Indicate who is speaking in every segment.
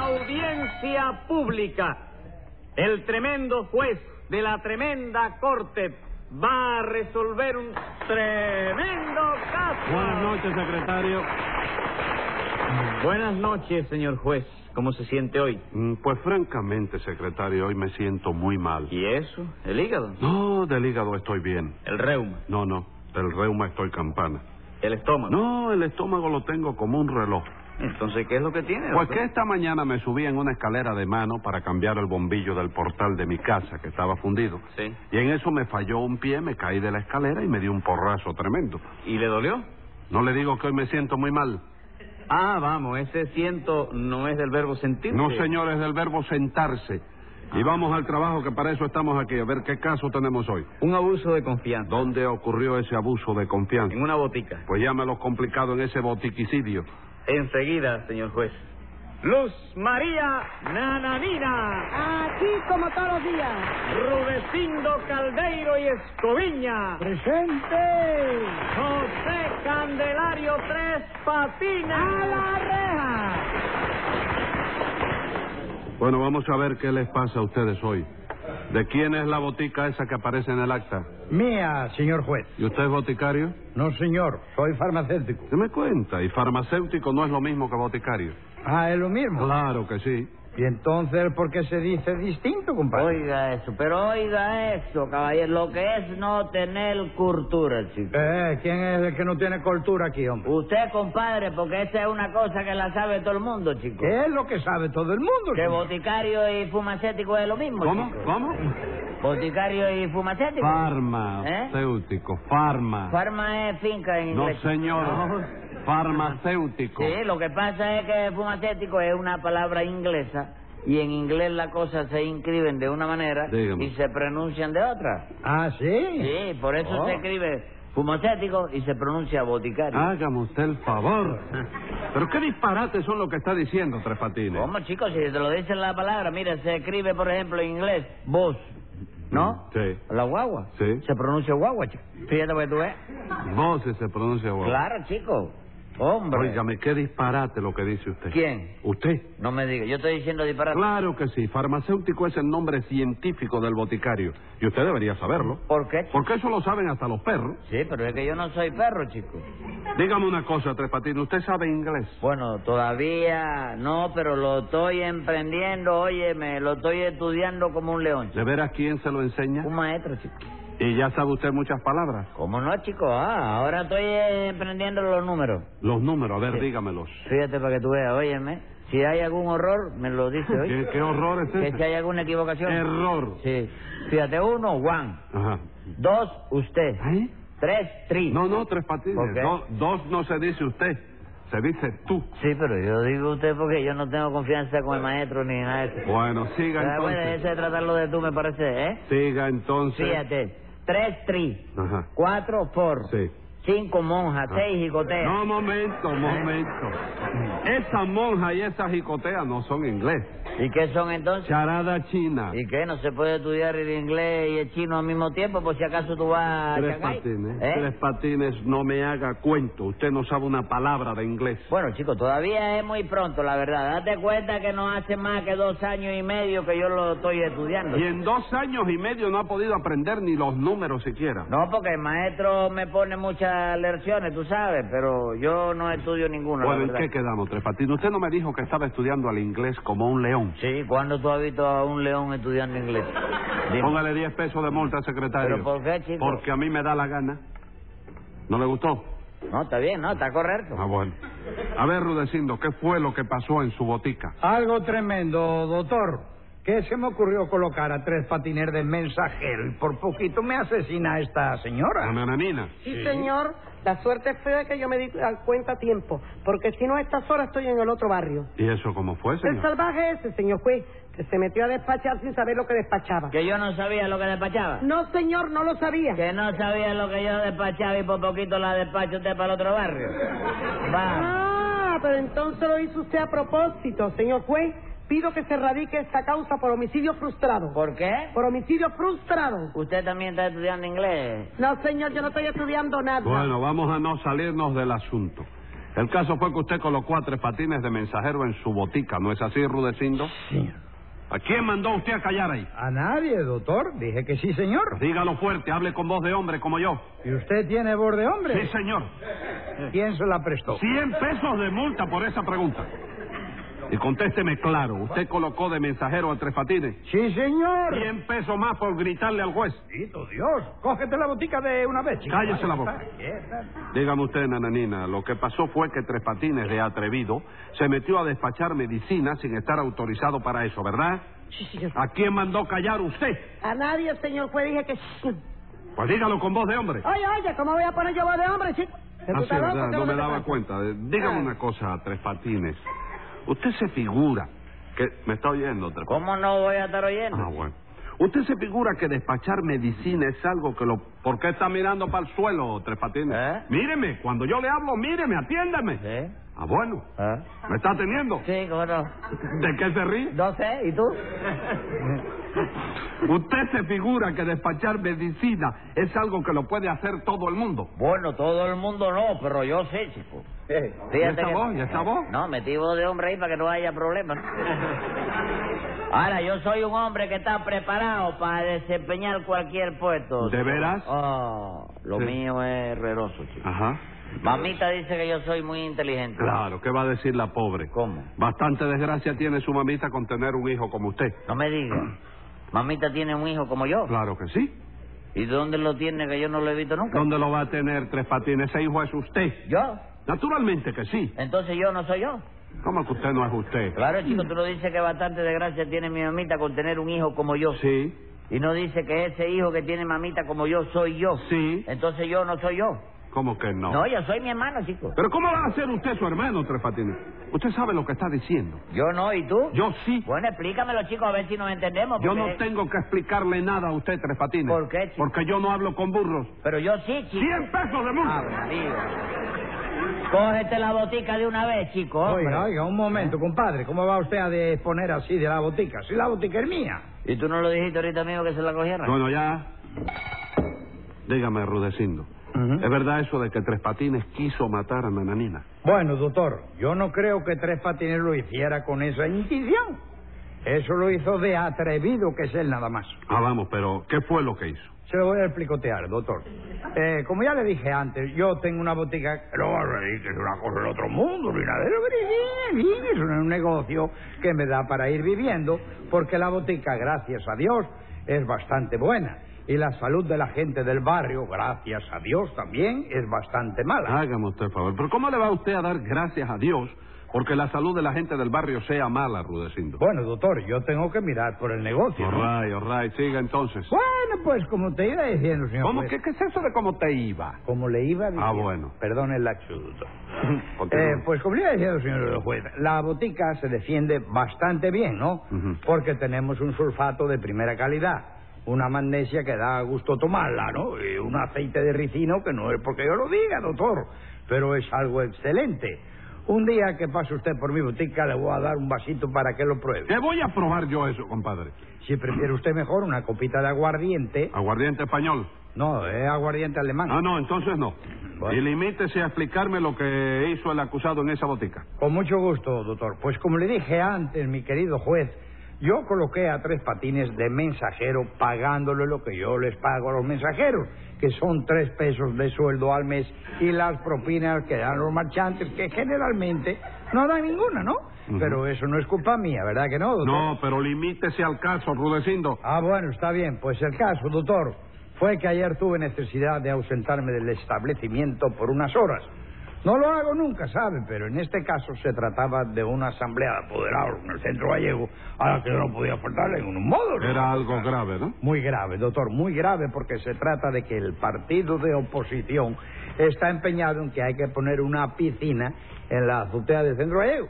Speaker 1: Audiencia pública. El tremendo juez de la tremenda corte va a resolver un tremendo caso.
Speaker 2: Buenas noches, secretario.
Speaker 1: Buenas noches, señor juez. ¿Cómo se siente hoy?
Speaker 2: Mm, Pues francamente, secretario, hoy me siento muy mal.
Speaker 1: ¿Y eso? ¿El hígado?
Speaker 2: No, del hígado estoy bien.
Speaker 1: ¿El reuma?
Speaker 2: No, no, del reuma estoy campana.
Speaker 1: ¿El estómago?
Speaker 2: No, el estómago lo tengo como un reloj.
Speaker 1: Entonces, ¿qué es lo que tiene?
Speaker 2: Pues
Speaker 1: doctor?
Speaker 2: que esta mañana me subí en una escalera de mano para cambiar el bombillo del portal de mi casa que estaba fundido.
Speaker 1: Sí.
Speaker 2: Y en eso me falló un pie, me caí de la escalera y me dio un porrazo tremendo.
Speaker 1: ¿Y le dolió?
Speaker 2: No le digo que hoy me siento muy mal.
Speaker 1: Ah, vamos, ese ciento no es del verbo sentir.
Speaker 2: No, señores, del verbo sentarse. Y vamos al trabajo, que para eso estamos aquí, a ver qué caso tenemos hoy.
Speaker 1: Un abuso de confianza.
Speaker 2: ¿Dónde ocurrió ese abuso de confianza?
Speaker 1: En una botica.
Speaker 2: Pues llámalo complicado en ese botiquicidio.
Speaker 1: Enseguida, señor juez. Luz María Nananina,
Speaker 3: Aquí como todos los días.
Speaker 1: Rudecindo Caldeiro y Escoviña,
Speaker 3: Presente.
Speaker 1: José Candelario Tres
Speaker 3: A
Speaker 1: Patinas.
Speaker 3: la reja.
Speaker 2: Bueno, vamos a ver qué les pasa a ustedes hoy. ¿De quién es la botica esa que aparece en el acta?
Speaker 4: Mía, señor juez.
Speaker 2: ¿Y usted es boticario?
Speaker 4: No, señor, soy farmacéutico.
Speaker 2: Se me cuenta, y farmacéutico no es lo mismo que boticario.
Speaker 4: Ah, es lo mismo.
Speaker 2: Claro que sí.
Speaker 4: Y entonces, ¿por qué se dice distinto, compadre?
Speaker 5: Oiga eso, pero oiga eso, caballero, lo que es no tener cultura, chico.
Speaker 4: Eh, ¿quién es el que no tiene cultura aquí, hombre?
Speaker 5: Usted, compadre, porque esa es una cosa que la sabe todo el mundo, chico.
Speaker 4: ¿Qué es lo que sabe todo el mundo?
Speaker 5: Que
Speaker 4: señor?
Speaker 5: boticario y fumacético es lo mismo,
Speaker 2: ¿Cómo?
Speaker 5: chico.
Speaker 2: ¿Cómo?
Speaker 5: Boticario y fumacético.
Speaker 2: Farmacéutico, farma.
Speaker 5: Farma es finca en
Speaker 2: No,
Speaker 5: inglés.
Speaker 2: señor. Farmacéutico.
Speaker 5: Sí, lo que pasa es que fumacético es una palabra inglesa y en inglés las cosas se inscriben de una manera
Speaker 2: Dígame.
Speaker 5: y se pronuncian de otra.
Speaker 4: Ah, ¿sí?
Speaker 5: Sí, por eso
Speaker 4: Oh.
Speaker 5: se escribe fumacético y se pronuncia boticario.
Speaker 2: Hágame usted el favor. ¿Pero qué disparates son lo que está diciendo Tres Patines?
Speaker 5: ¿Cómo, chicos? Si te lo dice la palabra, mira, se escribe, por ejemplo, en inglés, vos, ¿no?
Speaker 2: Mm, sí.
Speaker 5: La guagua.
Speaker 2: Sí.
Speaker 5: Se pronuncia guagua, chico. Fíjate que tú ves.
Speaker 2: Voces se pronuncia guau.
Speaker 5: Claro, chico. Hombre.
Speaker 2: Óigame, qué disparate lo que dice usted.
Speaker 5: ¿Quién?
Speaker 2: ¿Usted?
Speaker 5: No me digas, yo estoy diciendo disparate.
Speaker 2: Claro que sí. Farmacéutico es el nombre científico del boticario. Y usted debería saberlo.
Speaker 5: ¿Por qué? chico?
Speaker 2: Porque eso lo saben hasta los perros.
Speaker 5: Sí, pero es que yo no soy perro, chico.
Speaker 2: Dígame una cosa, Tres Patines. ¿Usted sabe inglés?
Speaker 5: Bueno, todavía no, pero lo estoy emprendiendo, óyeme, lo estoy estudiando como un león, chico.
Speaker 2: ¿De veras quién se lo enseña?
Speaker 5: Un maestro, chico.
Speaker 2: Y ya sabe usted muchas palabras.
Speaker 5: ¿Cómo no, chico? Ah, ahora estoy eh, emprendiendo los números.
Speaker 2: Los números, a ver,
Speaker 5: Sí.
Speaker 2: dígamelos.
Speaker 5: Fíjate para que tú veas, óyeme. Si hay algún horror, me lo dice hoy.
Speaker 2: ¿Qué, qué horror es
Speaker 5: Que si
Speaker 2: ese?
Speaker 5: hay alguna equivocación.
Speaker 2: Error.
Speaker 5: Sí. Fíjate, uno, Juan.
Speaker 2: Ajá.
Speaker 5: Dos, usted.
Speaker 2: ¿Eh?
Speaker 5: Tres, tri.
Speaker 2: No, no, Tres Patines.
Speaker 5: ¿Por qué?
Speaker 2: Do- dos no se dice usted. Se dice tú.
Speaker 5: Sí, pero yo digo usted porque yo no tengo confianza con el maestro ni nada de eso.
Speaker 2: Bueno, siga
Speaker 5: Ah, bueno,
Speaker 2: entonces.
Speaker 5: eso de tratarlo de tú me parece, ¿eh?
Speaker 2: Siga entonces.
Speaker 5: Fíjate. Tres, tri.
Speaker 2: Ajá.
Speaker 5: Cuatro, for.
Speaker 2: Sí.
Speaker 5: Cinco, monja.
Speaker 2: Ah.
Speaker 5: Seis, jicotea.
Speaker 2: No, momento, momento. Esa monja y esa jicotea no son inglés.
Speaker 5: ¿Y qué son entonces?
Speaker 2: Charada china.
Speaker 5: ¿Y qué? ¿No se puede estudiar el inglés y el chino al mismo tiempo por si acaso tú vas a
Speaker 2: Tres
Speaker 5: Shanghái?
Speaker 2: patines.
Speaker 5: ¿Eh?
Speaker 2: Tres patines, no me haga cuento. Usted no sabe una palabra de inglés.
Speaker 5: Bueno, chicos, todavía es muy pronto, la verdad. Date cuenta que no hace más que dos años y medio que yo lo estoy estudiando.
Speaker 2: Y en dos años y medio no ha podido aprender ni los números siquiera.
Speaker 5: No, porque el maestro me pone muchas lecciones, tú sabes, pero yo no estudio ninguna,
Speaker 2: bueno,
Speaker 5: la
Speaker 2: ¿en
Speaker 5: verdad.
Speaker 2: qué quedamos, Tres Patines? Usted no me dijo que estaba estudiando al inglés como un león.
Speaker 5: Sí, ¿cuándo tú has visto a un león estudiando inglés? Dime.
Speaker 2: Póngale 10 pesos de multa, secretario.
Speaker 5: ¿Pero por qué, chico?
Speaker 2: Porque a mí me da la gana. ¿No le gustó?
Speaker 5: No, está bien, no, está correcto.
Speaker 2: Ah, bueno. A ver, Rudecindo, ¿qué fue lo que pasó en su botica?
Speaker 4: Algo tremendo, doctor. ¿Qué se me ocurrió colocar a tres patiner de mensajero? Y por poquito me asesina esta
Speaker 2: La
Speaker 4: señora.
Speaker 2: nananina.
Speaker 3: Sí, señor. La suerte fue que yo me di cuenta a tiempo. Porque si no, a estas horas estoy en el otro barrio.
Speaker 2: ¿Y eso cómo fue,
Speaker 3: El
Speaker 2: señor?
Speaker 3: salvaje ese, señor juez, que se metió a despachar sin saber lo que despachaba.
Speaker 5: Que yo no sabía lo que despachaba.
Speaker 3: No, señor, no lo sabía.
Speaker 5: Que no sabía lo que yo despachaba y por poquito la despacho usted para el otro barrio. Va.
Speaker 3: Ah, pero entonces lo hizo usted a propósito, señor juez. Pido que se radique esta causa por homicidio frustrado.
Speaker 5: ¿Por qué?
Speaker 3: Por homicidio frustrado.
Speaker 5: Usted también está estudiando inglés.
Speaker 3: No, señor, yo no estoy estudiando nada.
Speaker 2: Bueno, vamos a no salirnos del asunto. El caso fue que usted colocó a tres patines de mensajero en su botica, ¿no es así, Rudecindo?
Speaker 4: Señor.
Speaker 2: ¿A quién mandó usted a callar ahí?
Speaker 4: A nadie, doctor. Dije que sí, señor.
Speaker 2: Dígalo fuerte, hable con voz de hombre como yo.
Speaker 4: ¿Y usted tiene voz de hombre?
Speaker 2: Sí, señor.
Speaker 4: ¿Quién se la prestó?
Speaker 2: 100 pesos de multa por esa pregunta. Y contésteme claro, ¿usted colocó de mensajero a tres patines?
Speaker 4: Sí, señor.
Speaker 2: 100 pesos más por gritarle al juez.
Speaker 4: Bendito Dios. Cógete la botica de una vez, chico.
Speaker 2: Cállese la boca. Dígame usted, nananina, lo que pasó fue que Tres Patines de atrevido se metió a despachar medicina sin estar autorizado para eso, ¿verdad?
Speaker 3: Sí, señor.
Speaker 2: ¿A quién mandó callar usted?
Speaker 3: A nadie, señor juez, dije que...
Speaker 2: Pues dígalo con voz de hombre.
Speaker 3: Oye, oye, ¿cómo voy a poner yo voz de hombre, chico? ¿Que tú
Speaker 2: Ah, sí,
Speaker 3: estás Oh, loco?
Speaker 2: verdad,
Speaker 3: ¿Qué
Speaker 2: no me
Speaker 3: es lo que
Speaker 2: daba
Speaker 3: pasa?
Speaker 2: cuenta. Eh, Dígame
Speaker 3: Ah.
Speaker 2: una cosa, Tres Patines. Usted se figura que... ¿Me está oyendo, Tres
Speaker 5: ¿Cómo no voy a estar
Speaker 2: Ah,
Speaker 5: oyendo?
Speaker 2: bueno. ¿Usted se figura que despachar medicina es algo que lo... ¿Por qué está mirando para el suelo, Tres Patines?
Speaker 5: ¿Eh?
Speaker 2: Míreme, cuando yo le hablo, míreme, atiéndame.
Speaker 3: ¿Eh?
Speaker 5: ¿Sí?
Speaker 2: Ah, bueno.
Speaker 5: ¿Ah?
Speaker 2: ¿Me está atendiendo?
Speaker 5: Sí, cómo no.
Speaker 2: ¿De qué se ríe?
Speaker 5: No sé, ¿y tú?
Speaker 2: ¿Usted se figura que despachar medicina es algo que lo puede hacer todo el mundo?
Speaker 5: Bueno, todo el mundo no, pero yo sé, chico.
Speaker 2: ¿Y esa voz? ¿Y esa voz?
Speaker 5: No, metí voz de hombre ahí para que no haya problemas. Ahora, yo soy un hombre que está preparado para desempeñar cualquier puesto.
Speaker 2: ¿De
Speaker 5: chico.
Speaker 2: veras?
Speaker 5: Oh, lo
Speaker 2: Sí.
Speaker 5: mío es herreroso, chico.
Speaker 2: Ajá.
Speaker 5: Mamita dice que yo soy muy inteligente.
Speaker 2: Claro, ¿qué va a decir la pobre?
Speaker 5: ¿Cómo?
Speaker 2: Bastante desgracia tiene su mamita con tener un hijo como usted.
Speaker 5: No me digas. Mamita tiene un hijo como yo.
Speaker 2: Claro que sí.
Speaker 5: ¿Y dónde lo tiene que yo no lo he visto nunca?
Speaker 2: ¿Dónde lo va a tener Tres Patines? Ese hijo es usted.
Speaker 5: ¿Yo?
Speaker 2: Naturalmente que sí.
Speaker 5: Entonces yo no soy yo.
Speaker 2: ¿Cómo que usted no es usted?
Speaker 5: Claro, chico, tú lo dices que bastante desgracia tiene mi mamita con tener un hijo como yo.
Speaker 2: Sí.
Speaker 5: Y no dice que ese hijo que tiene mamita como yo soy yo.
Speaker 2: Sí.
Speaker 5: Entonces yo no soy yo.
Speaker 2: ¿Cómo que no?
Speaker 5: yo soy mi hermano, chico.
Speaker 2: ¿Pero cómo va a ser usted su hermano, Tres Patines? Usted sabe lo que está diciendo.
Speaker 5: Yo no, ¿y tú?
Speaker 2: Yo sí.
Speaker 5: Bueno, explícamelo, chico, a ver si nos entendemos.
Speaker 2: Yo
Speaker 5: porque-
Speaker 2: no tengo que explicarle nada a usted, Tres Patines.
Speaker 5: ¿Por qué, chico?
Speaker 2: Porque yo no hablo con burros.
Speaker 5: Pero yo sí, chico.
Speaker 2: ¡Cien pesos de multa!
Speaker 5: Ah, María. Cógete la botica de una vez, chico. hombre.
Speaker 4: Oiga, oiga, un momento, compadre. ¿Cómo va usted a exponer así de la botica? Si la botica es mía.
Speaker 5: ¿Y tú no lo dijiste ahorita mismo que se la cogiera?
Speaker 2: Bueno, ya. Dígame, Rudecindo.
Speaker 4: Eh,
Speaker 2: ¿Es verdad eso de que Tres Patines quiso matar a Nananina?
Speaker 4: Bueno, doctor, yo no creo que Tres Patines lo hiciera con esa intención. Eso lo hizo de atrevido que es él nada más.
Speaker 2: Ah, vamos, pero ¿qué fue lo que hizo?
Speaker 4: Se lo voy a explicotear, doctor. Eh, como ya le dije antes, yo tengo una botica... No, le dije que es una cosa del otro mundo, ni nada. Pero, pero, sí, sí, Es un negocio que me da para ir viviendo, porque la botica, gracias a Dios, es bastante buena. Y la salud de la gente del barrio, gracias a Dios también, es bastante mala.
Speaker 2: Hágame usted el favor. ¿Pero cómo le va a usted a dar gracias a Dios porque la salud de la gente del barrio sea mala, Rudecindo?
Speaker 4: Bueno, doctor, yo tengo que mirar por el negocio. ¿no?
Speaker 2: All right, all right. Siga entonces.
Speaker 4: Bueno, pues como te iba diciendo, señor.
Speaker 2: ¿Cómo?
Speaker 4: juez,
Speaker 2: ¿Qué, qué es eso de cómo te iba?
Speaker 4: Como le iba diciendo.
Speaker 2: Ah, bueno.
Speaker 4: Perdón el laxo, doctor.
Speaker 2: Continúe.
Speaker 4: Eh, pues como le iba diciendo, señor juez, la botica se defiende bastante bien, ¿no?
Speaker 2: Ujú.
Speaker 4: Porque tenemos un sulfato de primera calidad. Una magnesia que da gusto tomarla, ¿no? Y un aceite de ricino que no es porque yo lo diga, doctor, pero es algo excelente. Un día que pase usted por mi botica le voy a dar un vasito para que lo pruebe.
Speaker 2: ¿Qué voy a probar yo eso, compadre?
Speaker 4: Si prefiere usted mejor una copita de aguardiente.
Speaker 2: ¿Aguardiente español?
Speaker 4: No, es aguardiente alemán.
Speaker 2: Ah, no, entonces no.
Speaker 4: Bueno.
Speaker 2: Y limítese a explicarme lo que hizo el acusado en esa botica.
Speaker 4: Con mucho gusto, doctor. Pues como le dije antes, mi querido juez, yo coloqué a tres patines de mensajero pagándole lo que yo les pago a los mensajeros, que son tres pesos de sueldo al mes y las propinas que dan los marchantes, que generalmente no dan ninguna, ¿no?
Speaker 2: Ujú.
Speaker 4: Pero eso no es culpa mía, ¿verdad que no, doctor?
Speaker 2: No, pero limítese al caso, Rudecindo.
Speaker 4: Ah, bueno, está bien. Pues el caso, doctor, fue que ayer tuve necesidad de ausentarme del establecimiento por unas horas. No lo hago nunca, ¿sabe? Pero en este caso se trataba de una asamblea de apoderados en el centro gallego a la que yo no podía faltar en un modo. ¿no?
Speaker 2: Era algo grave, ¿no?
Speaker 4: Muy grave, doctor, muy grave porque se trata de que el partido de oposición está empeñado en que hay que poner una piscina en la azotea del centro gallego.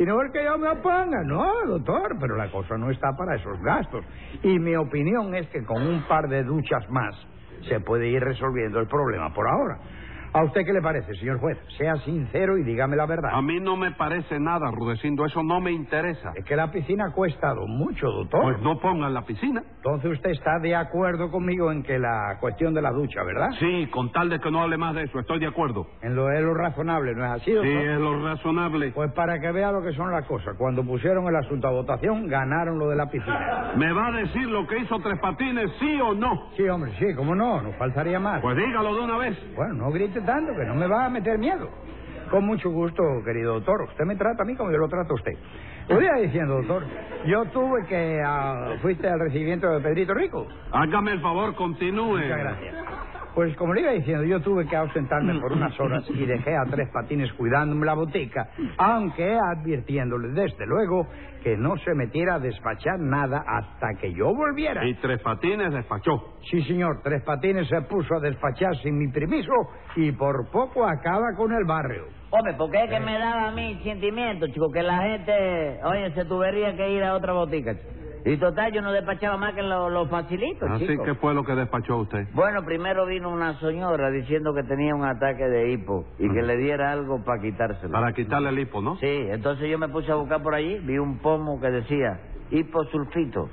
Speaker 4: Y no es que yo me oponga, no, doctor, pero la cosa no está para esos gastos. Y mi opinión es que con un par de duchas más se puede ir resolviendo el problema por ahora. ¿A usted qué le parece, señor juez? Sea sincero y dígame la verdad.
Speaker 2: A mí no me parece nada, Rudecindo. Eso no me interesa.
Speaker 4: Es que la piscina ha costado mucho, doctor.
Speaker 2: Pues no pongan la piscina.
Speaker 4: Entonces usted está de acuerdo conmigo en que la cuestión de la ducha, ¿verdad?
Speaker 2: Sí, con tal de que no hable más de eso. Estoy de acuerdo.
Speaker 4: En lo es lo razonable, ¿no es
Speaker 2: Sí,
Speaker 4: así,
Speaker 2: eh.
Speaker 4: doctor?
Speaker 2: es lo razonable.
Speaker 4: Pues para que vea lo que son las cosas. Cuando pusieron el asunto a votación, ganaron lo de la piscina.
Speaker 2: ¿Me va a decir lo que hizo Tres Patines, sí o no?
Speaker 4: Sí, hombre, sí, cómo no, nos faltaría más.
Speaker 2: Pues dígalo de una vez.
Speaker 4: Bueno, no grite tanto, que no me va a meter miedo. Con mucho gusto, querido doctor. Usted me trata a mí como yo lo trato a usted. Lo iba diciendo, doctor. Yo tuve que... ah, fuiste al recibimiento de Pedrito Rico.
Speaker 2: Hágame el favor, continúe.
Speaker 4: Muchas gracias. Pues como le iba diciendo, yo tuve que ausentarme por unas horas y dejé a tres patines cuidándome la botica, aunque advirtiéndole desde luego que no se metiera a despachar nada hasta que yo volviera.
Speaker 2: Y Tres Patines despachó.
Speaker 4: Sí, señor, Tres Patines se puso a despachar sin mi permiso y por poco acaba con el barrio.
Speaker 5: Hombre, porque
Speaker 2: Eh.
Speaker 5: es que me daba a mí sentimiento, chico, que la gente, oye, se tuvería que ir a otra botica. chico. Y total, yo no despachaba más que lo, lo facilito,
Speaker 2: Así
Speaker 5: chico.
Speaker 2: que fue lo que despachó usted.
Speaker 5: Bueno, primero vino una señora diciendo que tenía un ataque de hipo y
Speaker 2: Ah.
Speaker 5: que le diera algo para quitárselo.
Speaker 2: Para quitarle el hipo, ¿no?
Speaker 5: Sí, entonces yo me puse a buscar por allí, vi un pomo que decía hiposulfito.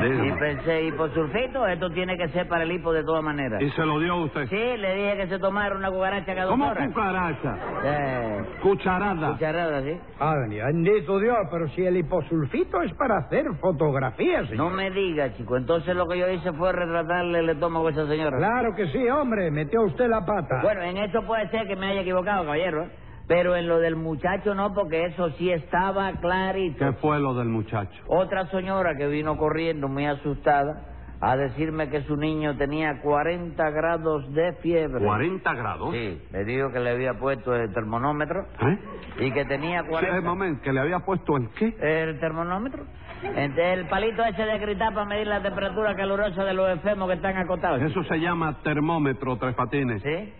Speaker 2: Dígame.
Speaker 5: Y pensé, hiposulfito, esto tiene que ser para el hipo de todas maneras.
Speaker 2: Y se lo dio a usted.
Speaker 5: Sí, le dije que se tomara una cucaracha cada dos
Speaker 2: ¿Cómo
Speaker 5: horas.
Speaker 2: cucaracha?
Speaker 5: Eh,
Speaker 2: Cucharada.
Speaker 5: cucharada, sí.
Speaker 4: Ah, bendito Dios, pero si el hiposulfito es para hacer fotografías,
Speaker 5: No
Speaker 4: señor.
Speaker 5: me diga, chico. Entonces lo que yo hice fue retratarle el estómago a esa señora.
Speaker 4: Claro que sí, hombre, metió usted la pata.
Speaker 5: Bueno, en eso puede ser que me haya equivocado, caballero. ¿eh? Pero en lo del muchacho no, porque eso sí estaba clarito.
Speaker 2: ¿Qué fue lo del muchacho?
Speaker 5: Otra señora que vino corriendo muy asustada a decirme que su niño tenía 40 grados de fiebre.
Speaker 2: ¿40 grados?
Speaker 5: Sí, le digo que le había puesto el termonómetro
Speaker 2: ¿Eh?
Speaker 5: y que tenía
Speaker 2: Sí, eh,
Speaker 5: 40.
Speaker 2: momento, ¿que le había puesto el qué?
Speaker 5: ¿El termonómetro? Entonces, el palito ese de gritar para medir la temperatura calurosa de los enfermos que están acotados.
Speaker 2: Eso se llama termómetro, Tres Patines.
Speaker 5: Ah, ¿Sí?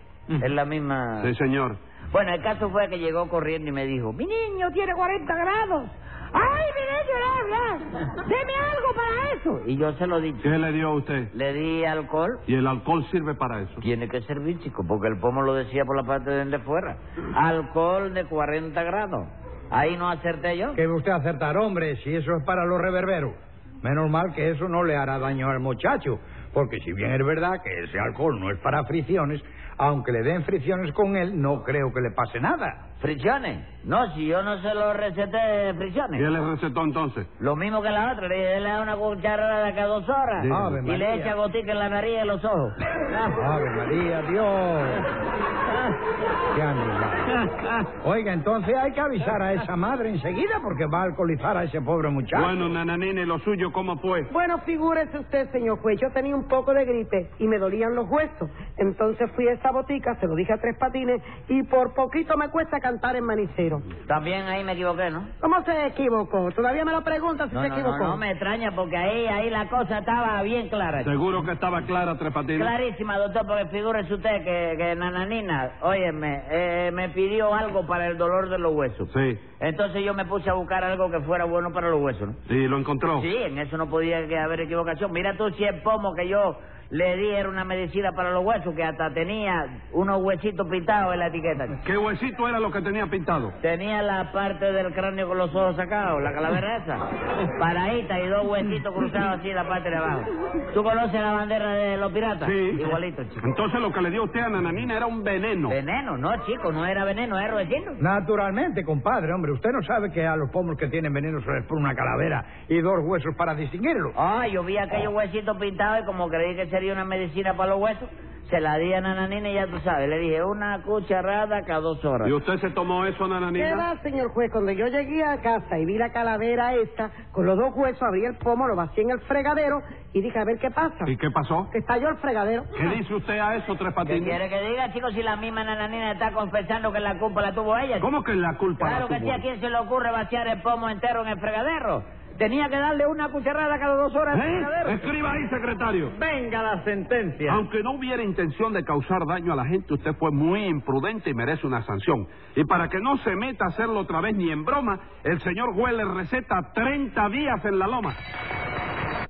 Speaker 5: Es la misma...
Speaker 2: Sí, señor.
Speaker 5: Bueno, el caso fue que llegó corriendo y me dijo, mi niño tiene 40 grados. ¡Ay, mi niño, no hablas! ¡Deme algo para eso! Y yo se lo dije.
Speaker 2: ¿Qué le dio a usted?
Speaker 5: Le di alcohol.
Speaker 2: ¿Y el alcohol sirve para eso?
Speaker 5: Tiene que servir, chico, porque el pomo lo decía por la parte de donde fuera. Alcohol de 40 grados. Ahí no acerté yo.
Speaker 4: Que usted acertar, hombre, si eso es para los reverberos. Menos mal que eso no le hará daño al muchacho, porque si bien es verdad que ese alcohol no es para fricciones, aunque le den fricciones con él, no creo que le pase nada.
Speaker 5: Fricciones. No, si yo no se lo receté, fricciones.
Speaker 2: ¿Qué le recetó entonces?
Speaker 5: Lo mismo que la otra, le dije, dale una cucharada de cada dos horas.
Speaker 2: Sí.
Speaker 4: Ave
Speaker 5: y le
Speaker 4: María.
Speaker 5: echa gotica en la nariz y en los ojos.
Speaker 4: Ave María, Dios. Qué animal. Oiga, entonces hay que avisar a esa madre enseguida porque va a alcoholizar a ese pobre muchacho.
Speaker 2: Bueno, Nananina, ¿y lo suyo cómo fue?
Speaker 3: Bueno, figúrese usted, señor juez, yo tenía un poco de gripe y me dolían los huesos. Entonces fui a esa botica, se lo dije a Tres Patines, y por poquito me cuesta cantar en manicero.
Speaker 5: También ahí me equivoqué, ¿no?
Speaker 3: ¿Cómo se equivocó? Todavía me lo pregunta si
Speaker 5: No,
Speaker 3: se
Speaker 5: no,
Speaker 3: equivocó.
Speaker 5: no, no me extraña porque ahí, ahí la cosa estaba bien clara. chico.
Speaker 2: Seguro que estaba clara, Tres Patines.
Speaker 5: Clarísima, doctor, porque figúrese usted que, que Nananina, óyeme, eh, me pidió algo para el dolor de los huesos.
Speaker 2: Sí.
Speaker 5: Entonces yo me puse a buscar algo que fuera bueno para los huesos, ¿no?
Speaker 2: Sí, lo encontró.
Speaker 5: Sí, en eso no podía que haber equivocación. Mira tú si el pomo que yo le di era una medicina para los huesos, que hasta tenía unos huesitos pintados en la etiqueta. chico.
Speaker 2: ¿Qué huesito era lo que tenía pintado?
Speaker 5: Tenía la parte del cráneo con los ojos sacados, la calavera esa, paradita y dos huesitos cruzados así en la parte de abajo. ¿Tú conoces la bandera de los piratas? Igualito, chico.
Speaker 2: Entonces lo que le dio usted a Nananina era un veneno.
Speaker 5: Veneno, no, chico, no era veneno, era huesito.
Speaker 4: Naturalmente, compadre, hombre, usted no sabe que a los pomos que tienen veneno se les pone una calavera y dos huesos para distinguirlo.
Speaker 5: Ah, yo vi aquellos huesitos pintados y como creí que sería una medicina para los huesos, se la di a Nananina y ya tú sabes, le dije una cucharada cada dos horas.
Speaker 2: ¿Y usted se tomó eso,
Speaker 3: ¿Qué
Speaker 2: Nananina?
Speaker 3: va, señor juez? Cuando yo llegué a casa y vi la calavera esta, con los dos huesos abrí el pomo, lo vacié en el fregadero y dije, a ver qué pasa.
Speaker 2: ¿Y qué pasó?
Speaker 3: Que Estalló el fregadero.
Speaker 2: ¿Qué dice usted a eso, Tres
Speaker 5: ¿Qué
Speaker 2: Patines?
Speaker 5: quiere que diga, chicos, si la misma Nananina está confesando que la culpa la tuvo ella? chico?
Speaker 2: ¿Cómo que la culpa
Speaker 5: Claro
Speaker 2: la
Speaker 5: que sí,
Speaker 2: tuvo
Speaker 5: ¿a quién se le ocurre vaciar el pomo entero en el fregadero? Tenía que darle una cucharada cada dos horas al
Speaker 2: ¿Eh? Ah,
Speaker 5: fregadero.
Speaker 2: Escriba ahí, secretario.
Speaker 1: Venga la sentencia.
Speaker 2: Aunque no hubiera intención de causar daño a la gente, usted fue muy imprudente y merece una sanción. Y para que no se meta a hacerlo otra vez ni en broma, el señor Güell le receta 30 días en la loma.